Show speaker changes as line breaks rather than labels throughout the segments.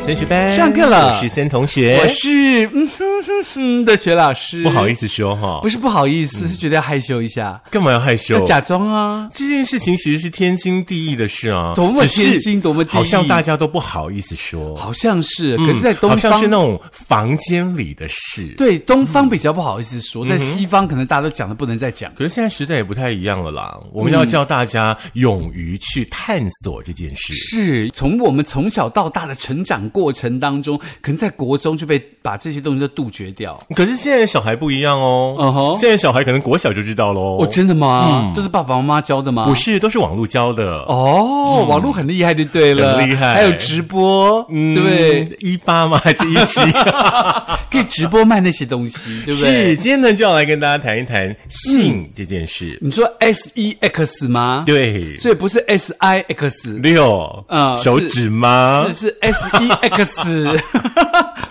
三学班
上课了
我是森同学。
我是嗯哼哼哼的学老师，
哎不好意
思，
思嗯说哈、
不是不好意思，是觉得要害羞一下，
干嘛要害羞
要？假装啊。
这件事情其实是天经地义的事啊，
多么
只是
天经多么地义
好像大家都不好意思说。
好像是，
嗯
可是，在东
好
方
像是那种嗯房间里的事。，
对东方比较不好意思
嗯
说，在西方可能大家都讲的不能再讲。
可是现在时代也不太一样了啦。我们要叫大家勇于去探索这件事。
是从我们从小到大的成长过程当中，可能在国中就被把这些东西都杜绝掉。
可是现在小孩不一样哦，
嗯哼
现在小孩可能国小就知道喽。
哦，真的吗？这是爸爸妈妈教的吗？
嗯不是，都是网络教的。
哦，网络很厉害就对了，
很厉害嗯
还有直播，对，，
一八吗？还是一七？
可以直播卖那些东西，对不嗯
是，
对？
今天呢就要来跟大家谈一谈性这件事。
你说 S E X 吗？，
对，
所以不是 S I X，
六，
嗯
手指吗
是？是 S E X。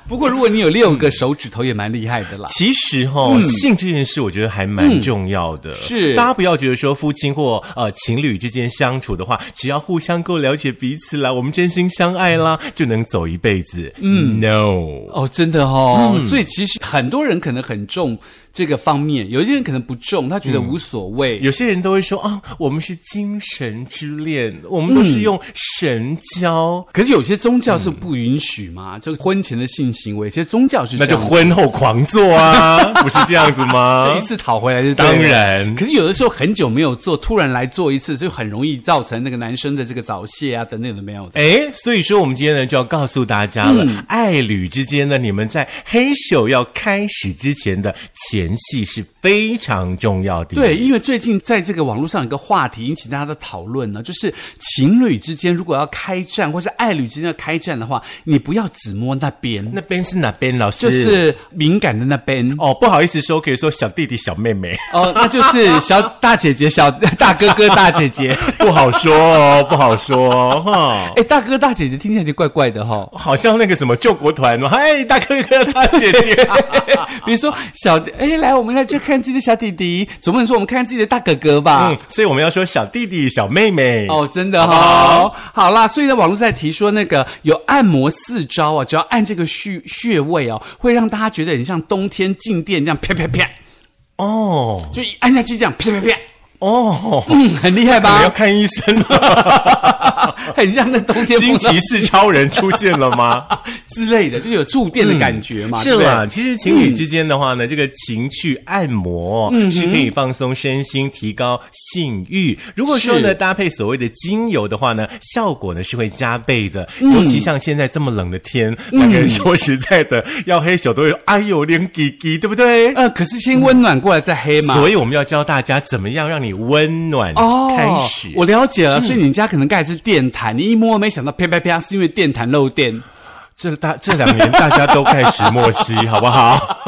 不过如果你有六个手指头，也蛮厉害 的啦。
其实哈、哦，性这件事我觉得还蛮重要的。
嗯是
大家不要觉得说夫妻或呃情侣之间相处的话，只要互相够了解彼此啦，我们真心相爱啦，就能走一辈子。嗯，no，
哦，真的哦，所以其实很多人可能很重这个方面，有一些人可能不重，他觉得无所谓。
有些人都会说啊，我们是精神之恋，我们都
嗯
是用神交，
可是有些宗教是不允许嘛，就婚前的性行为，其实宗教是这
那
样
就
的
婚后狂做啊，不是这样子吗？
这一次讨回来就对了
当然
可是有的时候很久没有做，突然来做一次，就很容易造成那个男生的这个早泄啊等等的没有的。
哎，所以说我们今天呢就要告诉大家了，爱侣之间呢，你们在黑手要开始之前的前戏是非常重要的。
对，，因为最近在这个网络上有一个话题引起大家的讨论呢，就是情侣之间如果要开战，或是爱侣之间要开战的话，你不要只摸那边，
那边是哪边？老师
就是敏感的那边。
哦，不好意思说，可以说小弟弟、小妹妹，
哦，那就是小大姐姐、小大哥哥、大姐姐。
不好说哦，不好说哦哈。
哎，大哥大姐姐听起来就怪怪的哈、 哦。
好像那个什么救国团嘛，嗨，大哥哥、大姐 姐，
比如说小哎，来，我们来就看自己的小弟弟，总不能说我们看自己的大哥哥吧？
嗯，所以我们要说小弟弟、小妹妹。
哦，真的哦，好啦，所以呢，网络在提说那个有按摩四招啊，只要按这个穴穴位哦，会让大家觉得很像冬天静电这样啪啪啪，
哦
就一按下去这样啪啪啪，
哦，
嗯，很厉害
我们要
吧？
看医生 了，
很像那冬天
惊
碰到
奇四超人出现了吗？
之类的，就是有触电的感觉嘛，
嗯是
对不对嗯
啦，其实情侣之间的话呢，这个情趣按摩是可以放松身心、提高性欲。如果说呢，
是
搭配所谓的精油的话呢，效果呢是会加倍的。
嗯
尤其像现在这么冷的天，两个人说实在的，要黑手都有，哎呦，连滴滴，对不对？
呃，可是先温暖过来再黑嘛。
嗯所以我们要教大家怎么样让你温暖
哦，
开始。嗯
我了解了，所以你们家可能盖的是电毯，你一摸没想到啪啪啪，是因为电毯漏电。
这大这两年大家都开始默契，好不好？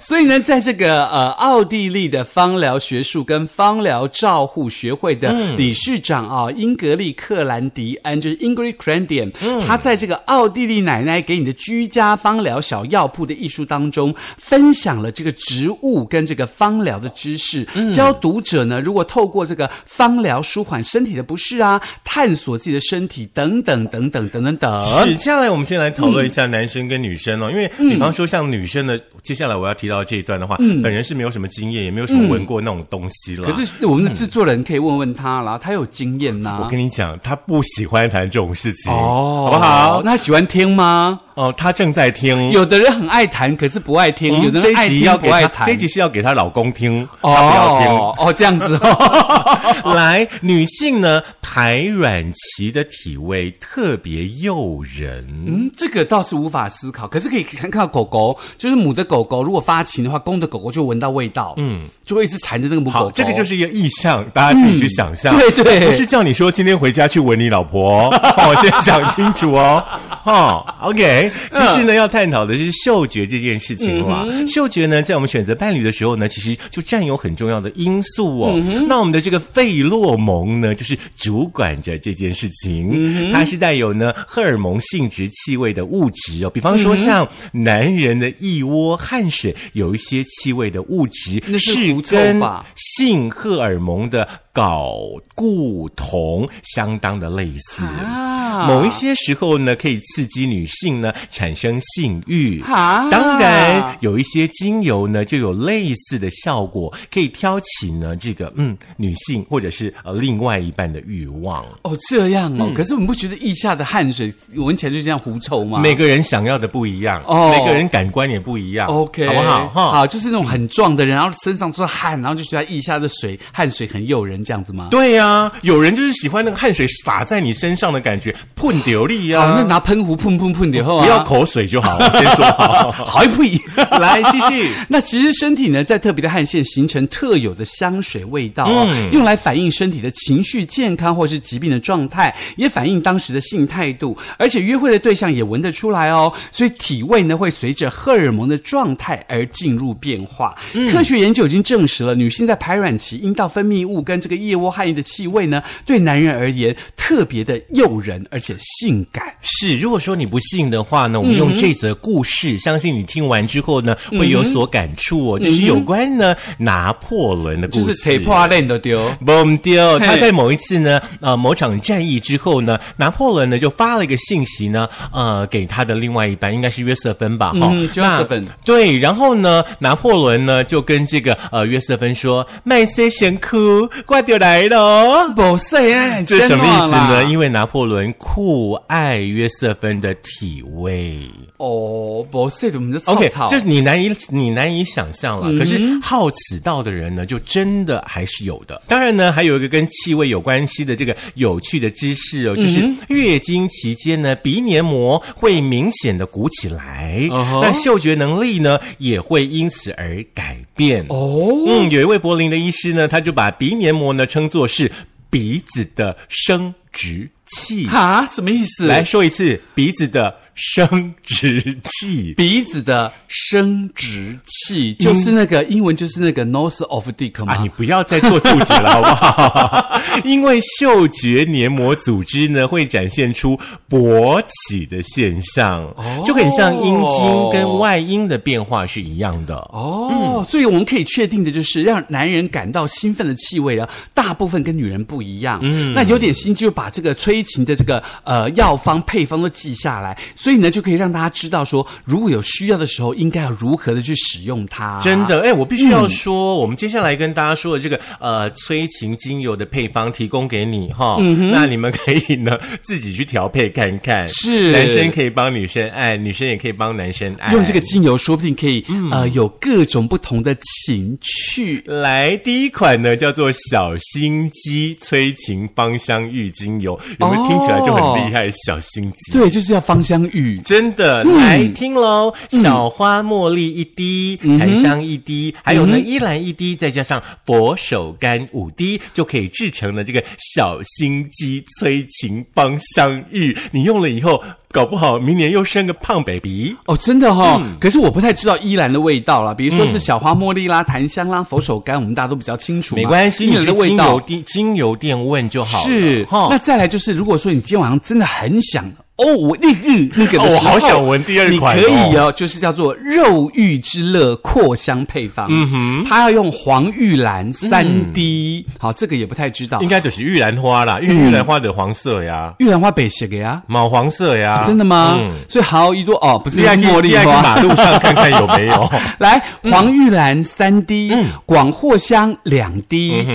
所以呢，在这个呃奥地利的芳疗学术跟芳疗照护学会的
嗯
理事长啊、英格丽克兰迪安就是 Ingrid Crandian，、他
嗯
在这个奥地利奶奶给你的居家芳疗小药铺的艺术当中，分享了这个植物跟这个芳疗的知识，
嗯
教读者呢，如果透过这个芳疗舒缓身体的不适啊，探索自己的身体等等等等等等等。
是，接下来我们先来讨论一下男生跟女生
嗯
哦，因为比方说像女生的，接下来我要提到这一段的话，本人是没有什么经验，也没有什么闻过那种东西了。
嗯可是我们的制作人可以问问他啦，他有经验呐、
嗯我跟你讲，他不喜欢谈这种事情，
哦，
好不好？
那喜欢听吗？
哦，他正在听。
有的人很爱谈，可是不爱听；
我
有
们
的
嗯这一
人爱
集
听
要
不
给
爱
他，
谈。
这一集是要给她老公听，她不要听。
哦哦，这 样子哦。
来，女性呢，排卵期的体味特别诱人。
嗯，这个倒是无法思考，可是可以看看到狗狗，就是母的狗狗，如果发情的话，公的狗狗就闻到味道，嗯，就会一直缠着那个母狗
好，
狗。
这个就是一个意向，大家自己去想象。
嗯对对
不是叫你说今天回家去吻你老 婆，哦，先想清楚哦。哦，OK，其
嗯
实呢，要探讨的是嗅觉这件事情啦。嗅觉呢，在我们选择伴侣的时候呢，其实就占有很重要的因素
嗯
哦。那我们的这个费洛蒙呢，就是主管着这件事情，
嗯
它是带有呢荷尔蒙性质气味的物质哦。比方说，
嗯
像男人的腋窝、汗水有一些气味的物质
那是狐臭
跟
吧
性荷尔蒙的。睾固酮相当的类似。
啊
某一些时候呢，可以刺激女性呢产生性欲。
啊
当然有一些精油呢就有类似的效果，可以挑起呢这个嗯女性或者是呃另外一半的欲望。
哦，这样
嗯
哦。可是我们不觉得腋下的汗水闻起来就像狐臭吗？
每个人想要的不一样，
哦
每个人感官也不一样
OK，
好不好？哈，
好，就是那种很壮的人，然后身上都是汗，然后就觉得腋下的水汗水很诱人，这样子吗？
对呀、有人就是喜欢那个汗水洒在你身上的感觉，喷流力呀、
哦，那拿喷壶喷喷喷以后啊，
啊不要口水就好，我先说 好。
好一 屁。
来，继续。
那其实身体呢，在特别的汗腺形成特有的香水味道哦，用来反映身体的情绪健康或是疾病的状态，也反映当时的性态度，而且约会的对象也闻得出来哦。所以体味呢，会随着荷尔蒙的状态而进入变化。科学研究已经证实了，女性在排卵期阴道分泌物跟这个腋窝汗液的气味呢，对男人而言特别的诱人，而且性感。
是，如果说你不信的话呢，我们用这则故事，相信你听完之后呢，会有所感触哦。就是有关呢拿破仑的故
就
事，
是扯破啊烂的丢。
不丢，他
嘿
在某一次呢， 呃，某场战役之后呢，拿破仑呢就发了一个信息呢，呃，给他的另外一半，应该是约瑟芬吧，哈、
嗯
那
Josephine
对，然后呢，拿破仑呢就跟这个呃约瑟芬说：“麦瑟先哭，快点来喽。”
不是，哎
这什么意思？
真的
呢？
啦
因为拿破仑酷爱约瑟芬的体味。
哦，不是的，我们的草
OK，
草。嗯
就是你难以你难以想象了。可是好此道的人呢，就真的还是有的。当然呢，还有一个跟气味有关系的这个有趣的知识
嗯
哦，就是月经期间呢，鼻黏膜会明显的鼓起来，
嗯哼
那嗅觉能力呢也会因此而改变。
哦，
嗯，有一位柏林的医师呢，他就把鼻黏膜呢称作是鼻子的生殖器。
哈，什么意思？
来，说一次，鼻子的生殖器。
鼻子的生殖器就是那个英文就是那个 nose of dick
嗯啊，
吗
你？不要再做注解 了，好不好？ 因为嗅觉黏膜组织呢会展现出勃起的现象，
哦
就很像阴茎跟外阴的变化是一样的。嗯
哦，所以我们可以确定的就是，让男人感到兴奋的气味啊，大部分跟女人不一样。嗯，那有点心机就把这个催情的这个呃药方配方都记下来，所以呢就可以让大家知道说，如果有需要的时候，应该要如何的去使用它。
真的，哎，我必须要
嗯
说，我们接下来跟大家说的这个呃催情精油的配方提供给你哈，
嗯
那你们可以呢 自己去调配看看，
是
男生可以帮女生爱，女生也可以帮男生爱，
用这个精油，说不定可以、
嗯
呃有各种不同的情趣。
来，第一款呢叫做小心机催情芳香浴精油，你们
哦
听起来就很厉害，小心机。
对，就是要芳香浴。
真的，
嗯
来听喽！小花茉莉一滴，
嗯
檀香一滴，还有呢依兰一滴，再加上佛手柑五滴，就可以制成了这个小心机催情芳香浴。你用了以后，搞不好明年又生个胖 baby。
哦，真的哈、哦
嗯
可是我不太知道依兰的味道啦，比如说是小花茉莉啦、檀香啦、佛手柑，我们大家都比较清楚嘛。
没关系，
依
你去
兰的味
精
道
油店精油店问就好了。
是。
哈
那再来就是，如果说你今天晚上真的很想哦，我那个那个
哦
的
我
时候
好想闻第二款哦
你可以哦，就是叫做肉欲之乐扩香配方。嗯哼，它要用黄玉兰三滴、
嗯
好，嗯这个也不太知道
应。该就是玉兰花啦，因为玉兰花的黄色呀，
玉兰花北写给啊。
毛黄色呀，
真的吗？
嗯
所以好一朵哦，不是
你还可以？
茉莉
你还可以
花，
马路上看看有没有。
来，黄玉兰三滴，
嗯
广藿香两滴，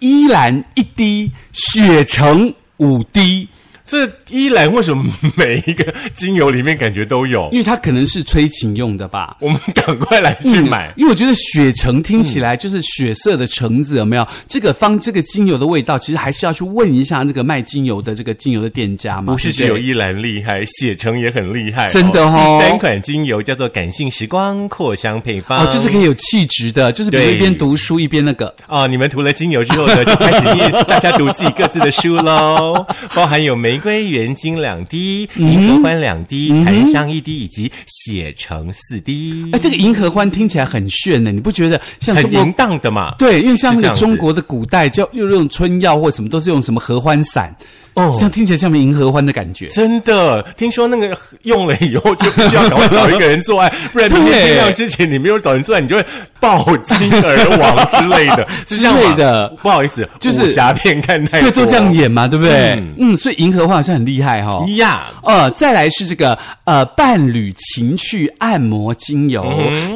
依兰一滴，雪橙五滴，
这依然为什么每一个精油里面感觉都有
因？为它可能是催情用的吧。
我们赶快来去买嗯
嗯。因为我觉得雪橙听起来就是血色的橙子，有没有？这个方这个精油的味道，其实还是要去问一下那个卖精油的这个精油的店家嘛。
不是只
对
有
对
依兰厉害，写成也很厉害哦。
真的哦
第三款精油叫做感性时光扩香配方，
哦，就是可以有气质的，就是比如
嗯对
一边读书一边那个。
哦，你们涂了精油之后呢，就开始念大家读自己各自的书喽，包含有玫瑰原精两滴、
嗯
银合欢两滴、檀香一滴以及血橙四滴
哎，，这个银合欢听起来很炫呢，你不觉得像
很
中国
淫荡的嘛。
对，因为像那
是这
个
样子
中国的古代，就又用春药或什么，都是用什么合欢散，
哦
像听起来像银合欢的感觉。
真的，听说那个用了以后就必须要赶快找一个人做爱，不然明天
对
天亮之前你没有找人做爱，你就会抱金而亡之类的，是这样吗
之类的
不好意思，
就是
武侠片看太多，
对，都这样演嘛，哎对不对？嗯，所以银河花好像很厉害哈、哦。
呀。
呃，再来是这个呃伴侣情趣按摩精油，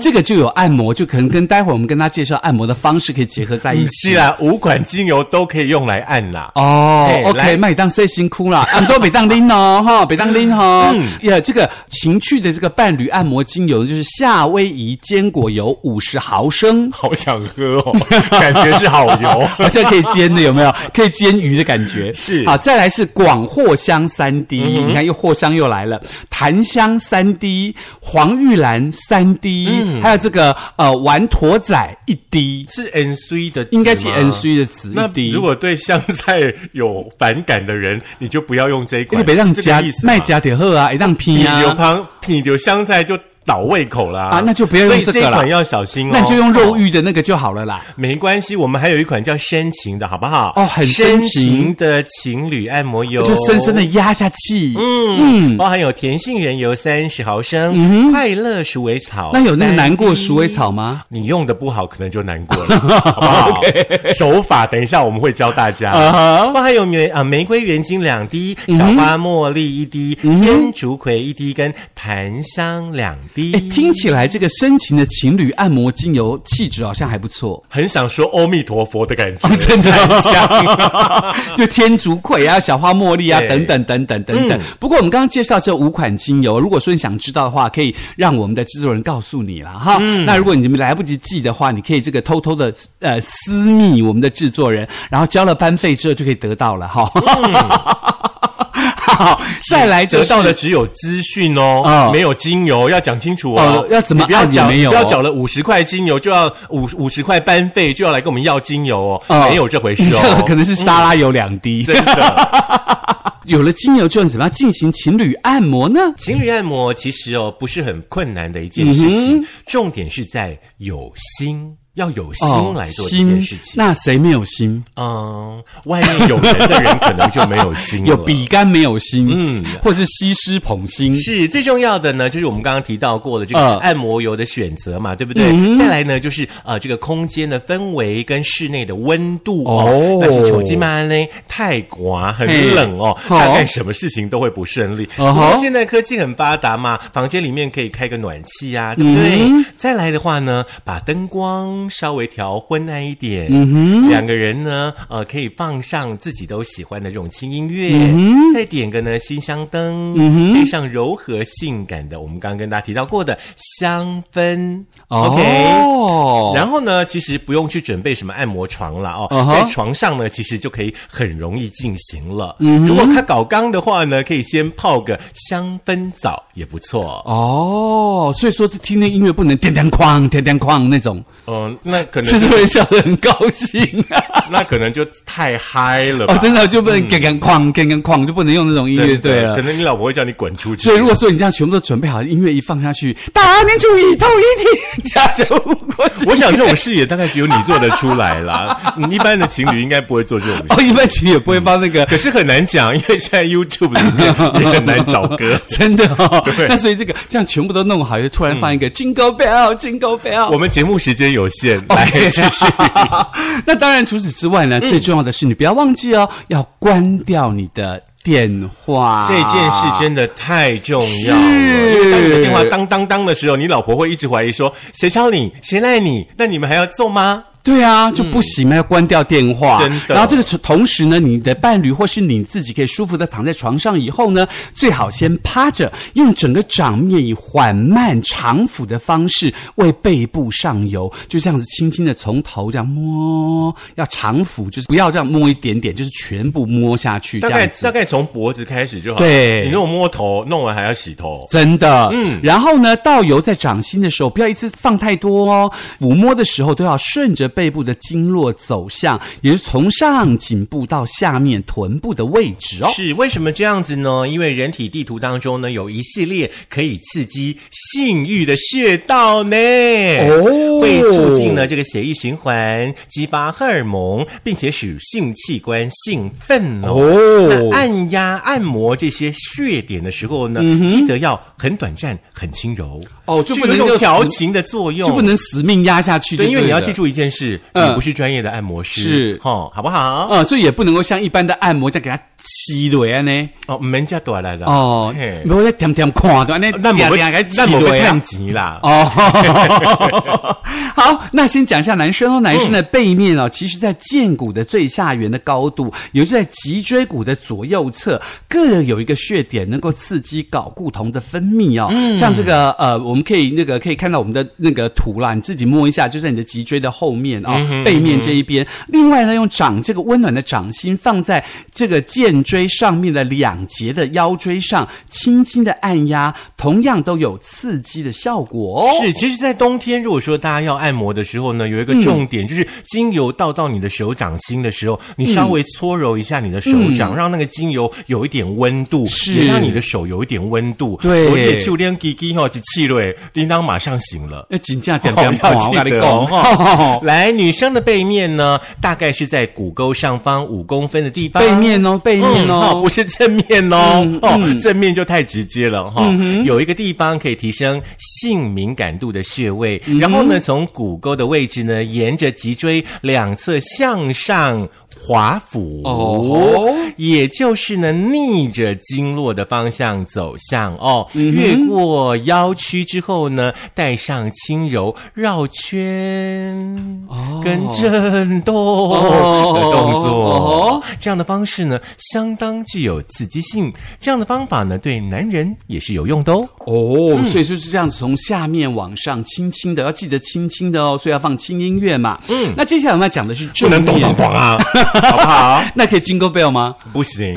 这个就有按摩，就可能跟待会儿我们跟他介绍按摩的方式可以结合在一
你
起。
既然嗯啊五款精油都可以用来按啦，
哎哦
嘿
，OK，
来
麦当最辛苦啦， 啊很多北当拎哦，哈，北当拎哈，
嗯
呀，这个情趣的这个伴侣按摩精油就是夏威夷坚果油五十毫升，
好想喝哦，感觉是好油。
好像可以煎的，有没有？可以煎鱼的感觉
是嗯
好，再来是广藿香三滴，你看又藿香又来了，檀香三滴，黄玉兰三滴，
嗯
还有这个呃丸驼仔一滴，
是 N C 的，
应该是 N。C 的词
那
一滴。
如果对香菜有反感的人，你就不要用这一款，
你哎别让
是这个
加
意思吗
卖加点喝啊，也让拼
你
啊，
留旁，你留香菜就倒胃口啦。
啊那就不要用
所以
这个
一
啦
款要小心哦。
那你就用肉欲的那个就好了啦。
没关系，我们还有一款叫深情的，好不好？
哦很深
深
情
的情侣按摩油，
就深深的。压下气，
哦嗯，包含有甜杏仁油三十毫升，快乐鼠尾草。
嗯那有那个
三
难过鼠尾草吗？
你用的不好，可能就难过了， 好不 好？手法等一下我们会教大家。
啊
包含有玫啊玫瑰原精两滴，
嗯
小花茉莉一滴，天竺葵一滴，跟檀香两滴
哎，。听起来这个深情的情侣按摩精油气质好像还不错。
很想说阿弥陀佛的感觉，
哦真的哦
檀香
就天竺葵啊、小花茉莉啊
对
等等等等等等。不过我们刚刚介绍这五款精油，如果说你想知道的话，可以让我们的制作人告诉你啦。哈。那如果你们来不及记的话，你可以这个偷偷的呃私密我们的制作人，然后交了班费之后就可以得到了哈。 好， 再来就
得
是
到的只有资讯
哦
哦，没有精油，要讲清楚哦
哦。要怎么
你不要
按也
讲，
没有
不要缴了五十块精油就要五五十块班费就要来跟我们要精油
哦
哦，没有这回事
你这个
哦，
可能是沙拉油两滴。
真的。
有了精油之后，你怎么样进行情侣按摩呢？
情侣按摩其实哦不是很困难的一件事情，
嗯
重点是在有心，要有心来做这件事情。
哦那谁没有哦心？
嗯，外面有人的人可能就没有心了。
有比干没有心，嗯
嗯，
或者是西施捧心，
是最重要的呢，就是我们刚刚提到过的这
呃
个按摩油的选择嘛，对不对？
嗯
再来呢，就是呃这个空间的氛围跟室内的温度哦，
哦
但是球鸡嘛呢，太寡
嘿
很冷哦，
好
大概什么事情都会不顺利。
嗯哼
因为现在科技很发达嘛，房间里面可以开个暖气呀、对不对？再来的话呢，把灯光稍微调昏暗一点，两个人呢，呃，可以放上自己都喜欢的这种轻音乐，再点个呢新香灯，配上柔和性感的我们刚刚跟大家提到过的香氛、o k
哦，
然后呢，其实不用去准备什么按摩床了哦
嗯哼
在床上呢，其实就可以很容易进行了。
嗯
如果他搞刚的话呢，可以先泡个香氛澡也不错。
哦，所以说这听那音乐不能叮叮哐、叮叮哐那种，
嗯，那可
是
能
不是会笑得很高兴啊？
那可能就太嗨了吧。
哦，真的就不能叮叮哐、叮叮哐，就不能用那种音乐
嗯真的
对啊
可
了。
能你老婆会叫你滚出去。
所以如果说你这样全部都准备好，音乐一放下去，大年初一头一 天，家家户户是
我想这种事也大概只有你做得出来啦， 嗯一般的情侣应该不会做这种事。
哦，一般情侣也不会放那个。
可是很难讲，因为现在 YouTube 里面也很难找歌
真的哦
对，嗯
那所以这个这样全部都弄好，就突然放一个 Jingle Bell Jingle Bell，
我们节目时间有 限，
哦
来继续。嗯
那当然，除此之外呢，最重要的是你不要忘记哦，要关掉你的电话。
这件事真的太重要了，因为当你的电话当当当的时候，你老婆会一直怀疑说：谁敲你？谁赖你？那你们还要揍吗？
对啊，就不行嘛，要关掉电话。
嗯真的
然后这个同时呢，你的伴侣或是你自己可以舒服的躺在床上以后呢，最好先趴着，用整个掌面以缓慢长抚的方式为背部上游，就这样子轻轻的从头这样摸，要长抚，就是不要这样摸一点点，就是全部摸下去，这
大
样
概
子
大概从脖子开始就好。
对
你如果摸头，弄完还要洗头。
真的，嗯，然后呢，倒油在掌心的时候，不要一次放太多哦。抚摸的时候都要顺着背部的经络走向，也是从上颈部到下面臀部的位置哦。
是为什么这样子呢？因为人体地图当中呢，有一系列可以刺激性欲的穴道呢，
哦
会促进呢这个血液循环，激发荷尔蒙，并且使性器官兴奋哦。那
哦，
按压、按摩这些穴点的时候呢，记得要很短暂、很轻柔
哦就不能
有一种
就
调
死
情的作用，
就不能死命压下去就
对，因为你要
了
记。住一件事，
嗯
你不是专业的按摩师，
是
哦，好不好？
呃，所以也不能够像一般的按摩这样给它吸落啊呢。
哦，门家短来了
哦
嘿，哦
没有在点点看的，那
那我们
给
那我们
啊
看。急啦。
哦，好，那先讲一下男生哦，男生的背面哦，其实在胫骨的最下缘的高度，也就是在脊椎骨的左右侧，各有一个穴点，能够刺激睾固酮的分泌哦。像这个呃，我们可以那个可以看到我们的那个图啦，你自己摸一下，就在你的脊椎的后面哦，背面这一边。另外呢，用掌这个温暖的掌心放在这个剑椎上面的两节的腰椎上，轻轻的按压，同样都有刺激的效果哦。
是，其实，在冬天，如果说大家要按摩的时候呢，有一
嗯
个重点、就是精油倒到你的手掌心的时候，你
嗯
稍微搓揉一下你的手掌，让那个精油有一点温度，
是
也让你的手有一点温度。
对
我也就连滴滴哈，一气瑞，叮当马上醒了。
要紧张哎点
好
点看，我
要
跟
记
你
得
讲，
哦哈。来，女生的背面呢，大概是在骨沟上方五公分的地方。
背面哦，背面
嗯
哦，嗯
不是正面哦，哦，正面就太直接了哈、有一个地方可以提升性敏感度的穴位，
嗯
然后呢，从骨沟的位置呢，沿着脊椎两侧向上。滑抚，
哦
也就是呢，逆着经络的方向走向哦，
嗯
越过腰区之后呢，带上轻柔绕圈，
哦
跟震动
哦
的动作。
哦
这样的方式呢，相当具有刺激性。这样的方法呢，对男人也是有用的哦。
哦，所以就是这样子，从下面往上，轻轻的，要记得轻轻的哦，所以要放轻音乐嘛。嗯，那接下来我们要讲的是
不
正
能
面
咚咚咚啊，好不好？
那可以 Jingle Bell 吗？
不行。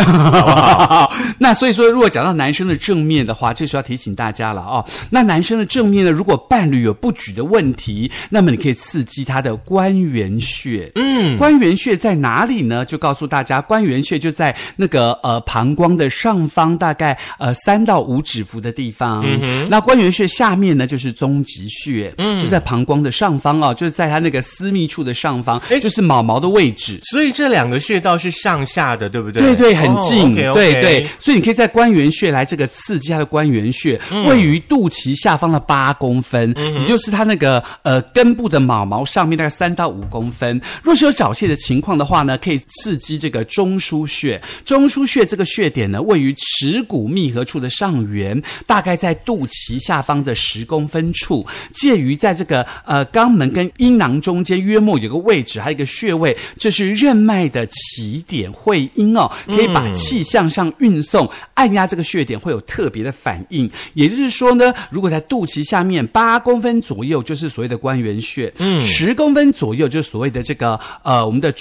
那所以说，如果讲到男生的正面的话，这时候要提醒大家了哦。那男生的正面呢，如果伴侣有不举的问题，那么你可以刺激他的关元穴。嗯，关元穴在哪里呢？就告诉大家，关元穴就在那个呃膀胱的上方，大概呃三到五指腹的地方。嗯那关元穴下面呢就是中极穴，嗯，就在膀胱的上方哦，就是在它那个私密处的上方，
哎
就是毛毛的位置。
所以这两个穴道是上下的，对不对？哦
对对，很近，
o k
对对，所以你可以在关元穴来这个刺激它的关元穴，
嗯
位于肚脐下方的八公分，也就是它那个呃根部的毛毛上面大概三到五公分。若是有早泄的情况的话呢，可以刺激这个中枢穴，中枢穴这个穴点呢位于耻骨密合处的上缘，大概在肚脐下方的十公分处，介于在这个呃肛门跟阴囊中间约莫有个位置，还有一个穴位，这是任脉的起点会阴哦，可以把气向上运送，按压这个穴点会有特别的反应。也就是说呢，如果在肚脐下面八公分左右，就是所谓的关元穴，嗯，十公分左右就是所谓的这个呃我们的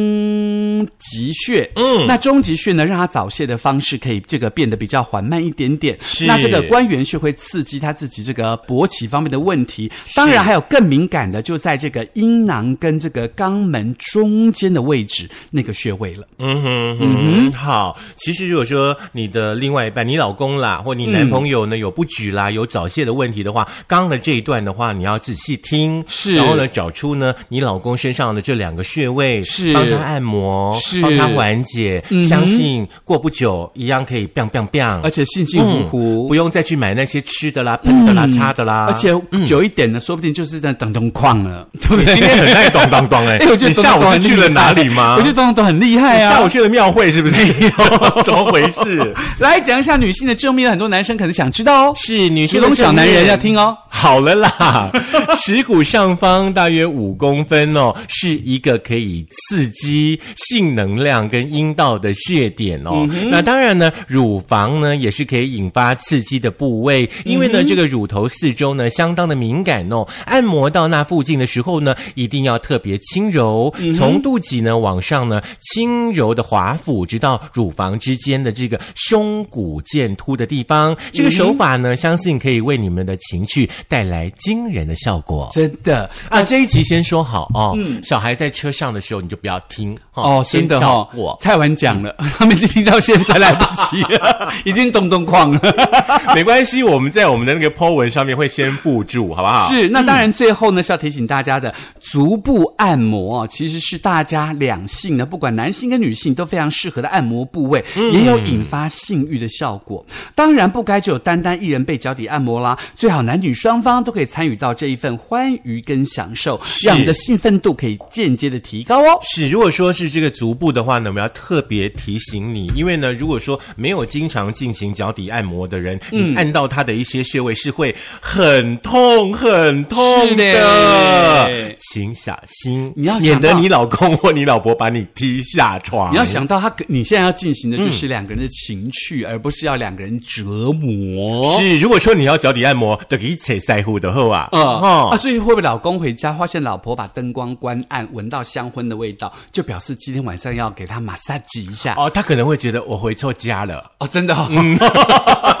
中极穴，嗯，那中极穴呢，让它早泄的方式可以这个变得比较缓慢一点点。
是
那这个关元穴会刺激他自己这个勃起方面的问题，当然还有更敏感的，就在这个阴囊跟这个肛门中间的位置那个穴位了。
嗯哼嗯哼，好。其实如果说你的另外一半，你老公啦，或你男朋友呢、有不举
嗯
啦，有早泄的问题的话，刚刚的这一段的话，你要仔细听，
是
然后呢，找出呢你老公身上的这两个穴位，
是
帮他按摩，
是嗯
帮他缓解，相信过不久一样可以 biang biang biang，
而且信信乎
嗯
乎，
不用再去买那些吃的啦、喷的啦、擦的啦，
而且久一点呢，说不定就是在等东框了，对不
嗯你
对？
今天很爱咚咚咚哎、
哎，我觉得
你下午
咚咚
是
很厉
去了哪里
害
吗？
我觉得东东很厉害
你
啊。
下午去了庙会是不是？ 怎么回事？
来讲一下女性的正面，很多男生可能想知道哦。
是女性
学
的
龙小男
正
人
面
要听哦。
好了啦， 耻骨上方大约五公分哦，是一个可以刺激性能量跟阴道的穴点哦。那当然呢，乳房呢也是可以引发刺激的部位，因为呢、这个乳头四周呢相当的敏感哦，按摩到那附近的时候呢，一定要特别轻柔，从肚脐呢往。往上呢轻柔的划抚，直到乳房之间的这个胸骨见凸的地方。这个手法呢，相信可以为你们的情趣带来惊人的效果。
真的
啊，这一集先说好哦，小孩在车上的时候你就不要听
嗯哦，真的
哈
哈、
我
哦，太晚讲了， 他们已经听到现在来不及 了，已经咚咚哐了。
没关系，我们在我们的那个 po 文上面会先附注，好不好？
是，那当然，最后呢是要提醒大家的，足部按摩哦，其实是大家两性呢，不管男性跟女性都非常适合的按摩部位，也有引发性欲的效果。当然，不该只有单单一人被脚底按摩啦，最好男女双方都可以参与到这一份欢愉跟享受，让我们的兴奋度可以间接的提高哦。
是，如果说是这个足部的话呢，我们要特别提醒你，因为呢，如果说没有经常进行脚底按摩的人，
嗯
你按到他的一些穴位是会很痛很痛
是
的
的，
请小心，
你要
免
想
得
到
你老公或你老婆把你踢下床。
你要想到他，你现在要进行的就是两个人的情趣，而不是要两个人折磨。
是，如果说你要脚底按摩，就给一切塞乎的后啊，
呃、
哦
啊，所以会不会老公回家发现老婆把灯光关暗，闻到香薰的味道，就表示今天晚上要给他马杀鸡一下哦
哦，嗯他可能会觉得我回错家了。
真的、哦。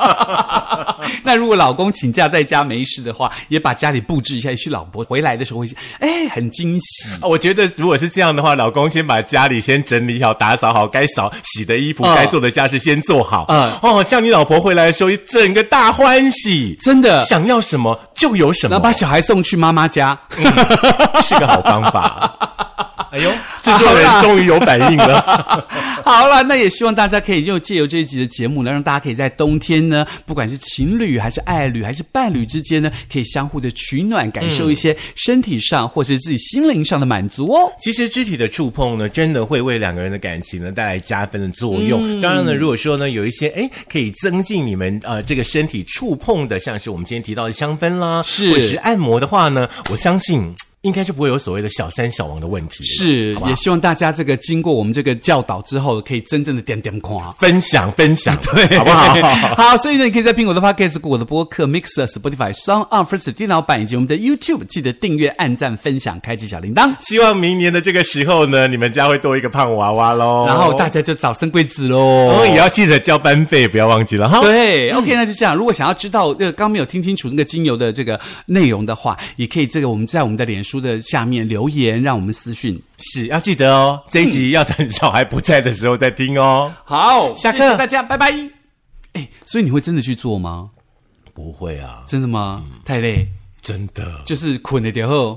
那如果老公请假在家没事的话，也把家里布置一下，也许老婆回来的时候会哎很惊喜。
啊我觉得如果是这样的话，老公先把家里先整理好、打扫好，该扫洗的衣服、
嗯
该做的家事先做好。
嗯
哦，像你老婆回来的时候，一整个大欢喜，
真的
想要什么就有什
然
么
后，把小孩送去妈妈家，
是个好方法。 哎呦，制作
好
人
啦
终于有反应了。
好了，那也希望大家可以就借由这一集的节目呢，让大家可以在冬天呢，不管是情侣还是爱侣还是伴侣之间呢，可以相互的取暖，感受一些身体上或是自己心灵上的满足哦。
其实肢体的触碰呢，真的会为两个人的感情呢带来加分的作用。
嗯
当然呢，如果说呢有一些哎可以增进你们呃这个身体触碰的，像是我们今天提到的香氛啦，
是
或者是按摩的话呢，我相信。应该就不会有所谓的小三小王的问题了，
是
好不，好
也希望大家这个经过我们这个教导之后，可以真正的点点夸。
分享分享，对，好不好？
好，所以呢，你可以在苹果的 Podcast、谷歌的播客、Mixer、Spotify、Sound On、First 电脑版以及我们的 YouTube，记得订阅、按赞、分享、开启小铃铛，
希望明年的这个时候呢，你们家会多一个胖娃娃喽。
然后大家就早生贵子喽。
然后也要记得交班费，不要忘记了哈。
对、o k 那就这样。如果想要知道这个刚没有听清楚那个精油的这个内容的话，也可以这个我们在我们的脸书的下面留言，让我们私讯。
是要记得哦，这一集要等小孩不在的时候再听哦。
好，
下课
谢谢大家，拜拜。哎，所以你会真的去做吗？
不会啊，
嗯真的吗？太累，
真的。
就是困了点后。